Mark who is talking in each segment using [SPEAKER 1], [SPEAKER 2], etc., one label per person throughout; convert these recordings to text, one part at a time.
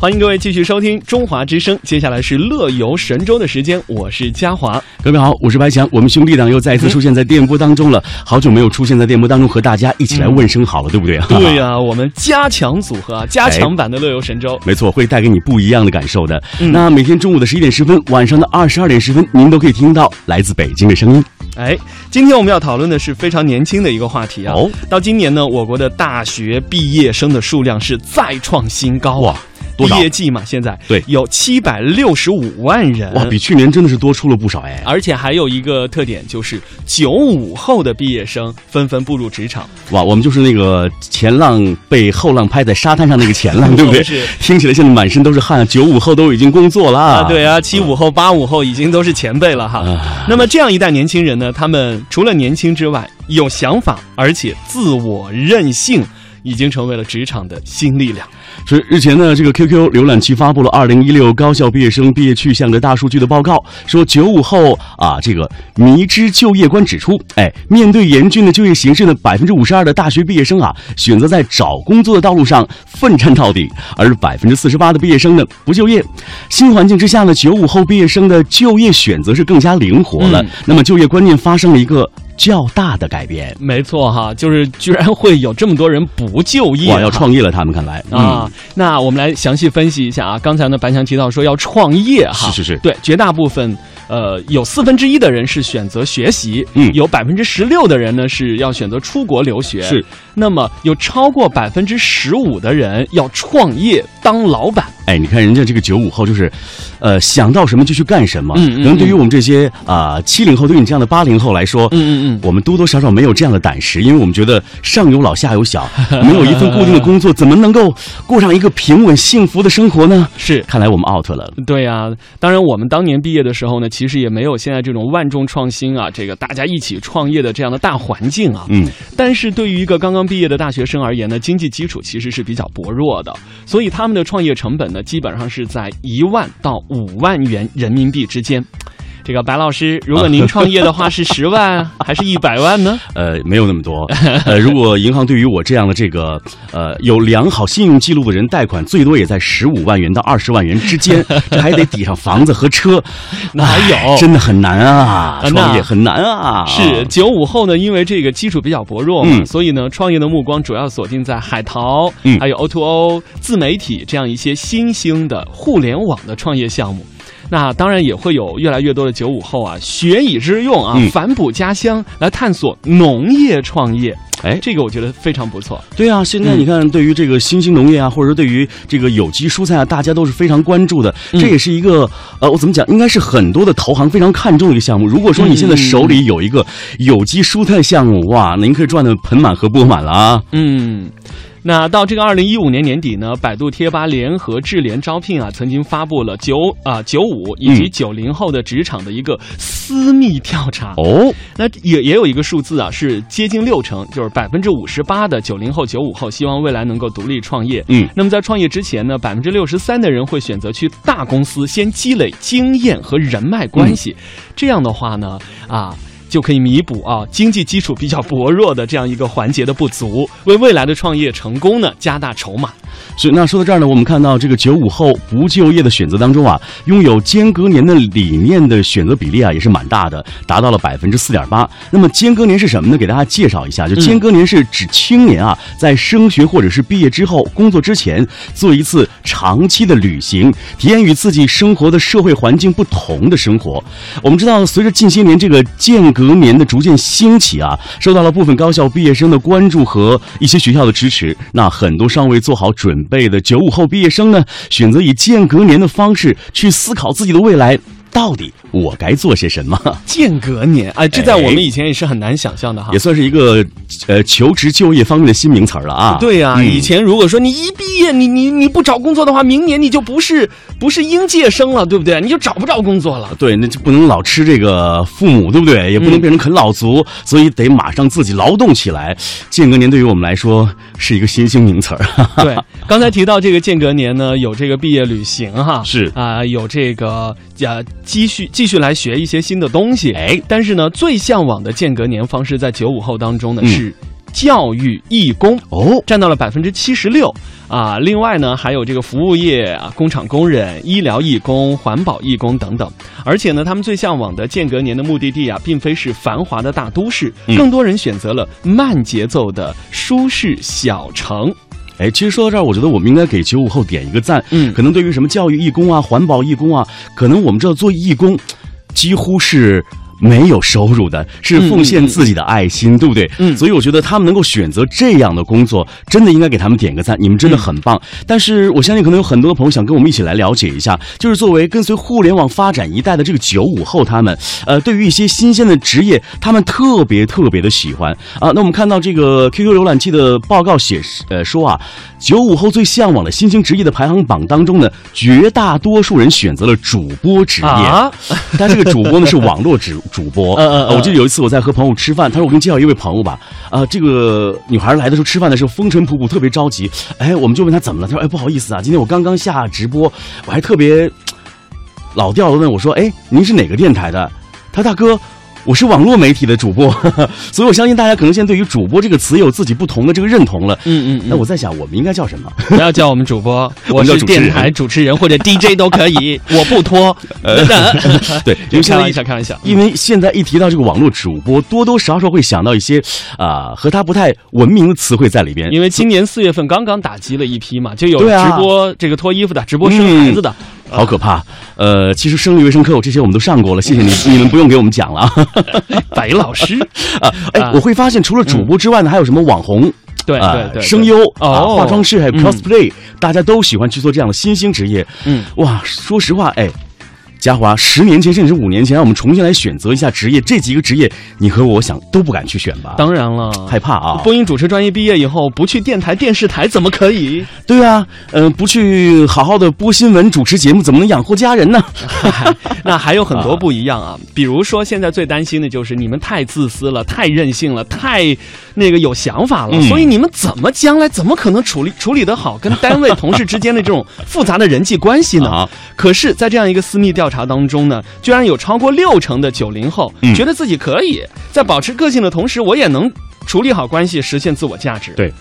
[SPEAKER 1] 欢迎各位继续收听中华之声，接下来是乐游神州的时间，我是嘉华。
[SPEAKER 2] 各位好，我是白翔，我们兄弟党又再一次出现在电波当中了，好久没有出现在电波当中和大家一起来问声好了，对不对？
[SPEAKER 1] 嗯对呀、我们加强组合啊，加强版的乐游神州。
[SPEAKER 2] 没错，会带给你不一样的感受的。
[SPEAKER 1] 嗯
[SPEAKER 2] 那每天中午的十一点十分，晚上的二十二点十分，您都可以听到来自北京的声音。
[SPEAKER 1] 哎，今天我们要讨论的是非常年轻的一个话题啊。
[SPEAKER 2] 哦
[SPEAKER 1] 到今年呢，我国的大学毕业生的数量是再创新高啊。
[SPEAKER 2] 多
[SPEAKER 1] 毕
[SPEAKER 2] 少
[SPEAKER 1] 业季嘛，现在
[SPEAKER 2] 对
[SPEAKER 1] 有七百六十五万人，
[SPEAKER 2] 哇，比去年真的是多出了不少哎！
[SPEAKER 1] 而且还有一个特点就是九五后的毕业生纷纷步入职场，
[SPEAKER 2] 哇，我们就是那个前浪被后浪拍在沙滩上那个 前浪，对不对？
[SPEAKER 1] 是
[SPEAKER 2] 听起来现在满身都是汗，九五后都已经工作了。
[SPEAKER 1] 啊，对啊，七五后、八五后已经都是前辈了哈。
[SPEAKER 2] 嗯啊，
[SPEAKER 1] 那么这样一代年轻人呢，他们除了年轻之外，有想法，而且自我任性，已经成为了职场的新力量。
[SPEAKER 2] 是日前呢，这个 QQ 浏览器发布了二零一六高校毕业生毕业去向的大数据的报告，说九五后啊，这个迷之就业观指出，哎，面对严峻的就业形势呢，百分之五十二的大学毕业生啊，选择在找工作的道路上奋战到底，而百分之四十八的毕业生呢不就业。新环境之下呢，九五后毕业生的就业选择是更加灵活了，
[SPEAKER 1] 嗯
[SPEAKER 2] 那么就业观念发生了一个较大的改变。
[SPEAKER 1] 没错哈，就是居然会有这么多人不就业
[SPEAKER 2] 哇，要
[SPEAKER 1] 哈
[SPEAKER 2] 创业了，他们看来嗯
[SPEAKER 1] 啊，那我们来详细分析一下啊。刚才呢，白强提到说要创业哈，
[SPEAKER 2] 是是是
[SPEAKER 1] 对，绝大部分呃有四分之一的人是选择学习，
[SPEAKER 2] 嗯
[SPEAKER 1] 有百分之十六的人呢是要选择出国留学，
[SPEAKER 2] 是。
[SPEAKER 1] 那么有超过百分之十五的人要创业当老板，
[SPEAKER 2] 哎，你看人家这个九五后就是，呃，想到什么就去干什么。
[SPEAKER 1] 嗯嗯
[SPEAKER 2] 可能对于我们这些啊七零后，对你这样的八零后来说，
[SPEAKER 1] 嗯嗯嗯。
[SPEAKER 2] 我们多多少少没有这样的胆识，因为我们觉得上有老下 有小，没有一份固定的工作，怎么能够过上一个平稳幸福的生活呢？
[SPEAKER 1] 是，
[SPEAKER 2] 看来我们 out 了。
[SPEAKER 1] 对呀、当然，我们当年毕业的时候呢，其实也没有现在这种万众创新啊，这个大家一起创业的这样的大环境啊。
[SPEAKER 2] 嗯，
[SPEAKER 1] 但是对于一个刚刚毕业的大学生而言呢，经济基础其实是比较薄弱的，所以他们的创业成本呢，基本上是在一万到五万元人民币之间。这个白老师，如果您创业的话，是十万还是一百万呢？
[SPEAKER 2] 呃，没有那么多。 呃，如果银行对于我这样的这个呃有良好信用记录的人贷款，最多也在十五万元到二十万元之间， 这还得抵上房子和车，
[SPEAKER 1] 哪有
[SPEAKER 2] 哎真的很难啊，
[SPEAKER 1] 啊
[SPEAKER 2] 创业
[SPEAKER 1] 那
[SPEAKER 2] 很难啊。
[SPEAKER 1] 是九五后呢，因为这个基础比较薄弱嘛，
[SPEAKER 2] 嗯
[SPEAKER 1] 所以呢，创业的目光主要锁定在海淘，
[SPEAKER 2] 嗯
[SPEAKER 1] 还有 O to O、自媒体这样一些新兴的互联网的创业项目。那当然也会有越来越多的九五后啊，学以致用啊，
[SPEAKER 2] 嗯
[SPEAKER 1] 反哺家乡来探索农业创业。
[SPEAKER 2] 哎
[SPEAKER 1] 这个我觉得非常不错。
[SPEAKER 2] 对啊，现在
[SPEAKER 1] 嗯
[SPEAKER 2] 你看，对于这个新兴农业啊，或者说对于这个有机蔬菜啊，大家都是非常关注的。
[SPEAKER 1] 嗯
[SPEAKER 2] 这也是一个呃，我怎么讲，应该是很多的投行非常看重的一个项目。如果说你现在手里有一个有机蔬菜项目，哇，您可以赚的盆满钵满了啊！
[SPEAKER 1] 嗯，那到这个二零一五年年底呢，百度贴吧联合智联招聘啊，曾经发布了九啊九五以及
[SPEAKER 2] 嗯
[SPEAKER 1] 九零后的职场的一个私密调查。
[SPEAKER 2] 哦，
[SPEAKER 1] 那也也有一个数字啊，是接近六成，就是百分之五十八的九零后、九五后希望未来能够独立创业。
[SPEAKER 2] 嗯，
[SPEAKER 1] 那么在创业之前呢，百分之六十三的人会选择去大公司先积累经验和人脉关系，这样的话呢，啊。就可以弥补啊经济基础比较薄弱的这样一个环节的不足，为未来的创业成功呢加大筹码。
[SPEAKER 2] 是那说到这儿呢，我们看到这个九五后不就业的选择当中啊，拥有间隔年的理念的选择比例啊也是蛮大的，达到了百分之四点八。那么间隔年是什么呢？给大家介绍一下，就间隔年是指青年啊在升学或者是毕业之后工作之前做一次长期的旅行，体验与自己生活的社会环境不同的生活。我们知道，随着近些年这个间隔年的逐渐兴起啊，受到了部分高校毕业生的关注和一些学校的支持。那很多尚未做好准备的九五后毕业生呢，选择以间隔年的方式去思考自己的未来，到底我该做些什么，
[SPEAKER 1] 间隔年，哎，这在我们
[SPEAKER 2] 哎
[SPEAKER 1] 以前也是很难想象的哈
[SPEAKER 2] 也。算是一个呃求职就业方面的新名词儿了啊。
[SPEAKER 1] 对呀、
[SPEAKER 2] 嗯
[SPEAKER 1] 以前如果说你一毕业，你你你不找工作的话，明年你就不是不是应届生了，对不对？你就找不着工 作了。
[SPEAKER 2] 对，那就不能老吃这个父母，对不对？也不能
[SPEAKER 1] 嗯
[SPEAKER 2] 变成啃老族，所以得马上自己劳动起来。间隔年对于我们来说是一个新兴名词 儿。
[SPEAKER 1] 对，刚才提到这个间隔年呢，有这个毕业旅行哈，
[SPEAKER 2] 是
[SPEAKER 1] 啊、有这个呃继续继续来学一些新的东西。
[SPEAKER 2] 哎，
[SPEAKER 1] 但是呢，最向往的间隔年方式在九五后当中呢、
[SPEAKER 2] 嗯
[SPEAKER 1] 是。教育义工，
[SPEAKER 2] 哦，
[SPEAKER 1] 占到了百分之七十六啊。另外呢，还有这个服务业啊，工厂工人、医疗义工、环保义工等等。而且呢，他们最向往的间隔年的目的地啊，并非是繁华的大都市，
[SPEAKER 2] 嗯
[SPEAKER 1] 更多人选择了慢节奏的舒适小城。
[SPEAKER 2] 哎，其实说到这儿，我觉得我们应该给九五后点一个赞。
[SPEAKER 1] 嗯
[SPEAKER 2] 可能对于什么教育义工啊、环保义工啊，可能我们知道做义工几乎是。没有收入的，是奉献自己的爱心，对不对？
[SPEAKER 1] 嗯
[SPEAKER 2] 所以我觉得他们能够选择这样的工作，真的应该给他们点个赞，你们真的很棒。
[SPEAKER 1] 嗯
[SPEAKER 2] 但是我相信，可能有很多的朋友想跟我们一起来了解一下，就是作为跟随互联网发展一代的这个九五后，他们呃，对于一些新鲜的职业，他们特别特别的喜欢啊。那我们看到这个 QQ 浏览器的报告显示，呃，说啊，九五后最向往的新兴职业的排行榜当中呢，绝大多数人选择了主播职业。
[SPEAKER 1] 啊，
[SPEAKER 2] 但这个主播呢是网络主主 播。
[SPEAKER 1] 嗯嗯嗯
[SPEAKER 2] 呃我记得有一次我在和朋友吃饭，他说我给你介绍一位朋友吧。啊、这个女孩来的时候吃饭的时候风尘仆仆，特别着急。哎，我们就问她怎么了，她说哎不好意思啊，今天我刚刚下直播，我还特别老调的问我说，哎，您是哪个电台的？他说大哥。我是网络媒体的主播， 所以我相信大家可能现在对于“主播”这个词有自己不同的这个认同了。
[SPEAKER 1] 嗯嗯嗯
[SPEAKER 2] 那我在想，我们应该叫什么？
[SPEAKER 1] 不要叫我们主 播，我
[SPEAKER 2] 们叫
[SPEAKER 1] 是
[SPEAKER 2] 主持人
[SPEAKER 1] 电台主持人呃或者 DJ 都可 以，我不脱。
[SPEAKER 2] 呃 对，因为现
[SPEAKER 1] 开
[SPEAKER 2] 在
[SPEAKER 1] 玩笑，开玩笑。
[SPEAKER 2] 因为现在一提到这个网络主播，多多少少会想到一些啊、和他不太文明的词汇在里边。
[SPEAKER 1] 因为今年四月份刚刚打击了一批嘛，就有
[SPEAKER 2] 对啊
[SPEAKER 1] 直播这个脱衣服的，直播生孩子的，
[SPEAKER 2] 好可怕，呃，其实生理卫生课这些我们都上过了，谢 谢
[SPEAKER 1] 嗯
[SPEAKER 2] 你，你们不用给我们讲了 啊。
[SPEAKER 1] 白老师，
[SPEAKER 2] 哎
[SPEAKER 1] 啊，嗯
[SPEAKER 2] 我会发现除了主播之外呢，还有什么网红
[SPEAKER 1] 对
[SPEAKER 2] 啊、
[SPEAKER 1] 对对，
[SPEAKER 2] 声优啊、
[SPEAKER 1] 哦
[SPEAKER 2] 化妆师，还有
[SPEAKER 1] 嗯
[SPEAKER 2] cosplay，、大家都喜欢去做这样的新兴职业。
[SPEAKER 1] 嗯，
[SPEAKER 2] 哇，说实话，哎。嘉华，十年前甚至五年前，让我们重新来选择一下职业，这几个职业，你和我想都不敢去选吧？
[SPEAKER 1] 当然了。
[SPEAKER 2] 害怕啊！
[SPEAKER 1] 播音主持专业毕业以后，不去电台、电视台怎么可 以？
[SPEAKER 2] 对啊，嗯、不去好好的播新闻、主持节目，怎么能养活家人呢？
[SPEAKER 1] 那还有很多不一样啊，比如说现在最担心的就是你们太自私了、太任性了、太那个有想法了，
[SPEAKER 2] 嗯
[SPEAKER 1] 所以你们怎么将来怎么可能处理处理得好跟单位同事之间的这种复杂的人际关系呢？
[SPEAKER 2] 啊
[SPEAKER 1] 可是，在这样一个私密调查当中呢，居然有超过六成的九零后、
[SPEAKER 2] 嗯
[SPEAKER 1] 觉得自己可以在保持个性的同时，我也能处理好关系，实现自我价值。
[SPEAKER 2] 对，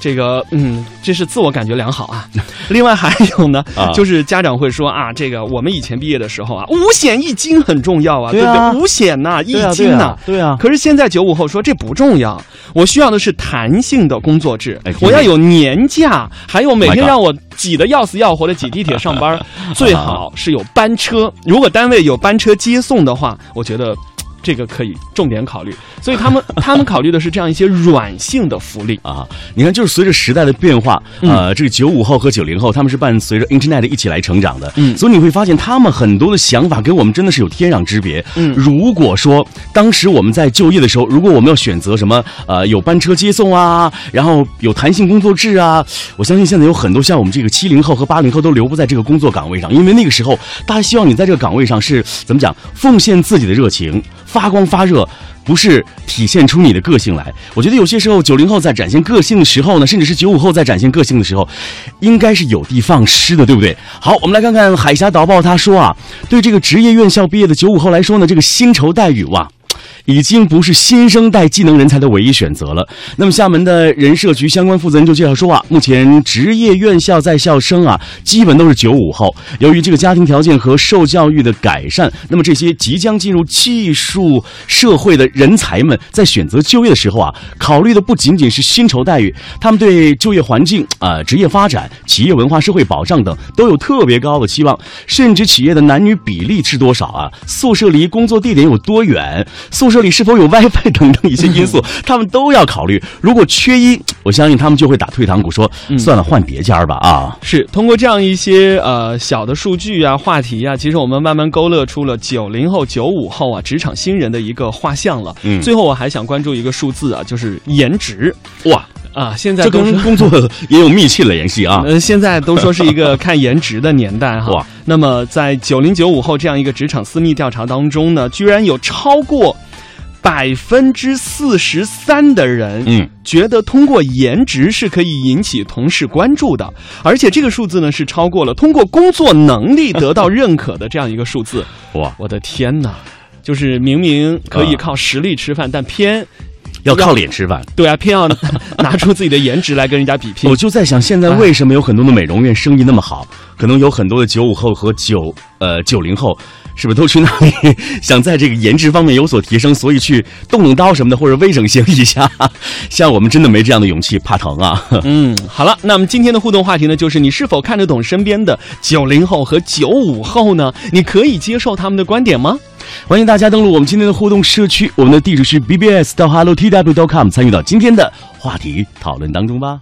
[SPEAKER 1] 这个嗯，这是自我感觉良好啊。 另外还有呢，
[SPEAKER 2] 啊
[SPEAKER 1] 就是家长会说啊，这个我们以前毕业的时候啊，五险一金很重要啊，
[SPEAKER 2] 对啊
[SPEAKER 1] 不对？五险呐、一金呐、
[SPEAKER 2] 对啊，
[SPEAKER 1] 可是现在九五后说这不重要，我需要的是弹性的工作制
[SPEAKER 2] 哎，天
[SPEAKER 1] 我
[SPEAKER 2] 哪
[SPEAKER 1] 要有年假，还有每
[SPEAKER 2] My
[SPEAKER 1] 天
[SPEAKER 2] God
[SPEAKER 1] 让我挤得要死要活的挤地铁上 班，最好是有班车。如果单位有班车接送的话，我觉得。嘖这个可以重点考虑，所以他们他们考虑的是这样一些软性的福利。
[SPEAKER 2] 啊，你看，就是随着时代的变化，
[SPEAKER 1] 嗯
[SPEAKER 2] 呃，这个九五后和九零后，他们是伴随着 Internet 一起来成长的，
[SPEAKER 1] 嗯
[SPEAKER 2] 所以你会发现他们很多的想法跟我们真的是有天壤之别，
[SPEAKER 1] 嗯
[SPEAKER 2] 如果说当时我们在就业的时候，如果我们要选择什么，呃，有班车接送啊，然后有弹性工作制啊，我相信现在有很多像我们这个七零后和八零后都留不在这个工作岗位上，因为那个时候大家希望你在这个岗位上是怎么讲，奉献自己的热情，发光发热。不是体现出你的个性来。我觉得有些时候，九零后在展现个性的时候呢，甚至是九五后在展现个性的时候，应该是有的放矢的，对不对？好，我们来看看海峡导报他说啊，对这个职业院校毕业的九五后来说呢，这个薪酬待遇哇。已经不是新生代技能人才的唯一选择了。那么，厦门的人社局相关负责人就介绍说啊，目前职业院校在校生啊，基本都是九五后。由于这个家庭条件和受教育的改善，那么这些即将进入技术社会的人才们，在选择就业的时候啊，考虑的不仅仅是薪酬待遇，他们对就业环境啊、呃职业发展、企业文化、社会保障等都有特别高的期望，甚至企业的男女比例是多少啊？宿舍离工作地点有多远？宿舍里是否有 WiFi 等等一些 因素，他们都要考虑。如果缺一，我相信他们就会打退堂鼓说，
[SPEAKER 1] 嗯
[SPEAKER 2] 算了，换别家儿吧啊！
[SPEAKER 1] 是通过这样一些呃小的数据啊、话题啊，其实我们慢慢勾勒出了九零后、九五后啊职场新人的一个画像了。
[SPEAKER 2] 嗯
[SPEAKER 1] 最后我还想关注一个数字啊，就是颜值
[SPEAKER 2] 哇，
[SPEAKER 1] 啊，现在
[SPEAKER 2] 这
[SPEAKER 1] 都
[SPEAKER 2] 跟
[SPEAKER 1] 是。
[SPEAKER 2] 工作也有密切的联 系啊！
[SPEAKER 1] 呃，现在都说是一个看颜值的年代哈
[SPEAKER 2] 哇。
[SPEAKER 1] 那么，在九零九五后这样一个职场私密调查当中呢，居然有超过百分之四十三的人，
[SPEAKER 2] 嗯，
[SPEAKER 1] 觉得通过颜值是可以引起同事关注的，而且这个数字呢是超过了通过工作能力得到认可的这样一个数字。
[SPEAKER 2] 哇，
[SPEAKER 1] 我的天哪！就是明明可以靠实力吃饭，但偏
[SPEAKER 2] 要靠脸吃饭。
[SPEAKER 1] 对啊，偏要 拿出自己的颜值来跟人家比拼
[SPEAKER 2] 我。就在想，现在为什么有很多的美容院生意那么好？可能有很多的九五后和九呃九零后，是不是都去那里想在这个颜值方面有所提升，所以去动动刀什么的，或者微整形一下？像我们真的没这样的勇气，怕疼啊！
[SPEAKER 1] 嗯，好了，那么今天的互动话题呢，就是你是否看得懂身边的九零后和九五后呢？你可以接受他们的观点吗？
[SPEAKER 2] 欢迎大家登录我们今天的互动社区，我们的地址是 bbs 到 hello tw com，参与到今天的话题讨论当中吧。